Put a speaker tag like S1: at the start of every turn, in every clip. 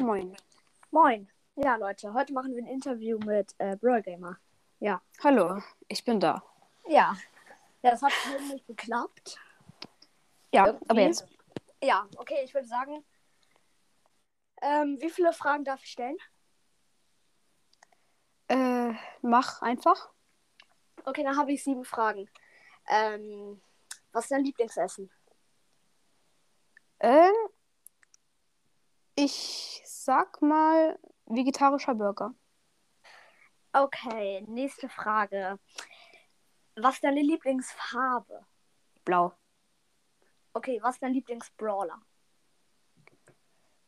S1: Moin.
S2: Moin. Ja, Leute, heute machen wir ein Interview mit äh, Brawl Gamer.
S1: Hallo, ich bin da.
S2: Ja. Ja, das hat eben nicht geklappt.
S1: Ja,
S2: Irgendwie.
S1: aber jetzt.
S2: Ja, okay, ich würde sagen, ähm, wie viele Fragen darf ich stellen?
S1: Äh, mach einfach.
S2: Okay, dann habe ich sieben Fragen. Ähm, was ist dein Lieblingsessen?
S1: Ähm, ich sag mal vegetarischer Burger.
S2: Okay, nächste Frage. Was ist deine Lieblingsfarbe?
S1: Blau.
S2: Okay, was ist dein Lieblingsbrawler?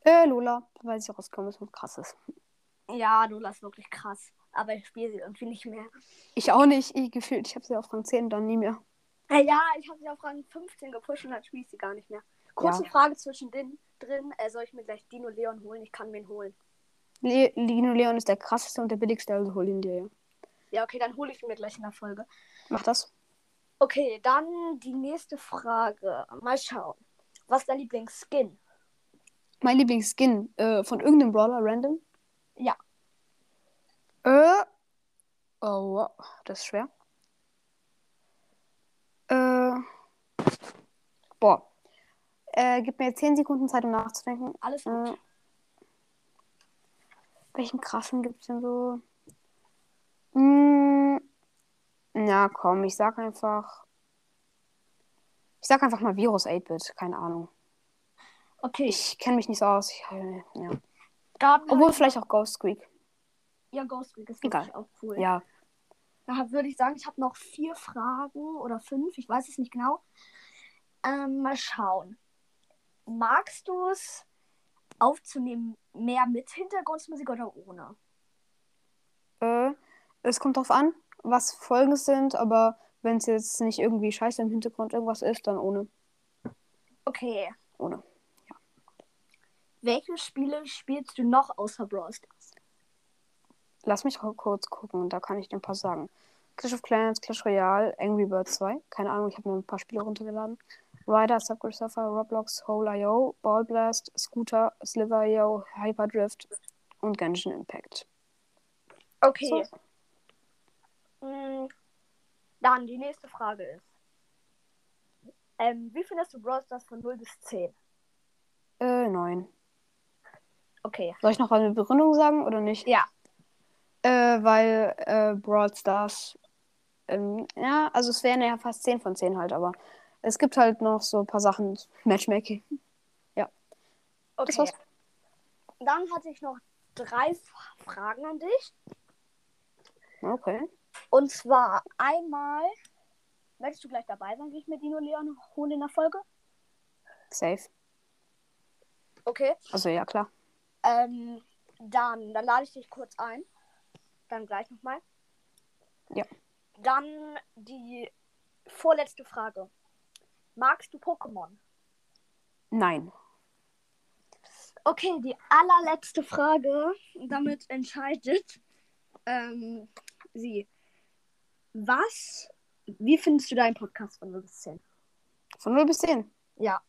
S1: Äh, Lola, weil sie rausgekommen ist und krass ist.
S2: Ja, Lola ist wirklich krass. Aber ich spiele sie irgendwie nicht mehr.
S1: Ich auch nicht, ich gefühlt. Ich habe sie auf Rang 10 dann nie mehr.
S2: Äh, Ja, ich habe sie auf Rang 15 gepusht und dann spiele ich sie gar nicht mehr. Kurze Frage zwischendrin. Drin, äh, soll ich mir gleich Dino Leon holen? Ich kann mir ihn holen.
S1: Le Lino Leon ist der krasseste und der billigste, also hol ihn dir. Ja.
S2: Ja, okay, dann hole ich ihn mir gleich in der Folge.
S1: Mach das.
S2: Okay, dann die nächste Frage. Mal schauen. Was ist dein Lieblingsskin?
S1: Mein Lieblingsskin äh, von irgendeinem Brawler, random?
S2: Ja.
S1: Äh. Oh, wow, das ist schwer. Äh. Boah. Äh, gib mir 10 Sekunden Zeit, um nachzudenken.
S2: Alles gut.
S1: Äh, welchen krassen gibt's denn so? Mm, na komm, ich sag einfach. Ich sag einfach mal Virus 8-Bit, keine Ahnung.
S2: Okay,
S1: Ich kenne mich nicht so aus. Ich, äh, ja.
S2: Garten.
S1: Obwohl vielleicht auch Ghost Squeak.
S2: ja, Ghost Week ist
S1: Egal.
S2: wirklich auch cool.
S1: Ja.
S2: Da würde ich sagen, ich habe noch vier Fragen oder fünf, ich weiß es nicht genau. Ähm, mal schauen. Magst du es aufzunehmen mehr mit Hintergrundmusik oder ohne?
S1: Äh, es kommt drauf an, was Folgen sind, aber wenn es jetzt nicht irgendwie scheiße im Hintergrund irgendwas ist, dann ohne.
S2: Okay.
S1: Ohne.
S2: Welche Spiele spielst du noch außer Brawl Stars?
S1: Lass mich ru- kurz gucken, da kann ich dir ein paar sagen. Clash of Clans, Clash Royale, Angry Birds 2, keine Ahnung, ich habe mir ein paar Spiele runtergeladen. Rider, Subway Surfer, Roblox, Hole.io, Ball Blast, Scooter, Slither.io, Hyperdrift und Genshin Impact.
S2: Okay.
S1: So.
S2: Mm, Dann die nächste Frage ist. Ähm, wie findest du Brawl Stars von 0 bis 10?
S1: Äh, neun.
S2: Okay.
S1: Soll ich noch eine Begründung sagen oder nicht?
S2: Ja.
S1: Äh, weil äh, Brawl Stars, ähm, ja, also es wären ja fast 10 von 10 halt, aber es gibt halt noch so ein paar Sachen, Matchmaking.
S2: Okay.
S1: war's.
S2: Dann hatte ich noch drei F- Fragen an dich.
S1: Okay.
S2: Und zwar einmal, möchtest du gleich dabei sein, wie ich mir Dino Leon hole in der Folge?
S1: Safe.
S2: Okay.
S1: Also ja, klar.
S2: Ähm, dann, dann lade ich dich kurz ein. Dann gleich nochmal.
S1: Ja.
S2: Dann die vorletzte Frage. Magst du Pokémon?
S1: Nein.
S2: Okay, die allerletzte Frage. Damit entscheidet ähm, sie. Was? Wie findest du deinen Podcast von 0 bis 10?
S1: Von 0 bis 10.
S2: Ja.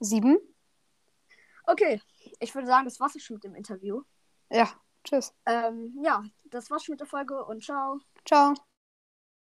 S1: 7.
S2: Okay, ich würde sagen, das war's schon mit dem Interview.
S1: Ja. Tschüss.
S2: Ähm, ja, das war's schon mit der Folge und ciao.
S1: Ciao.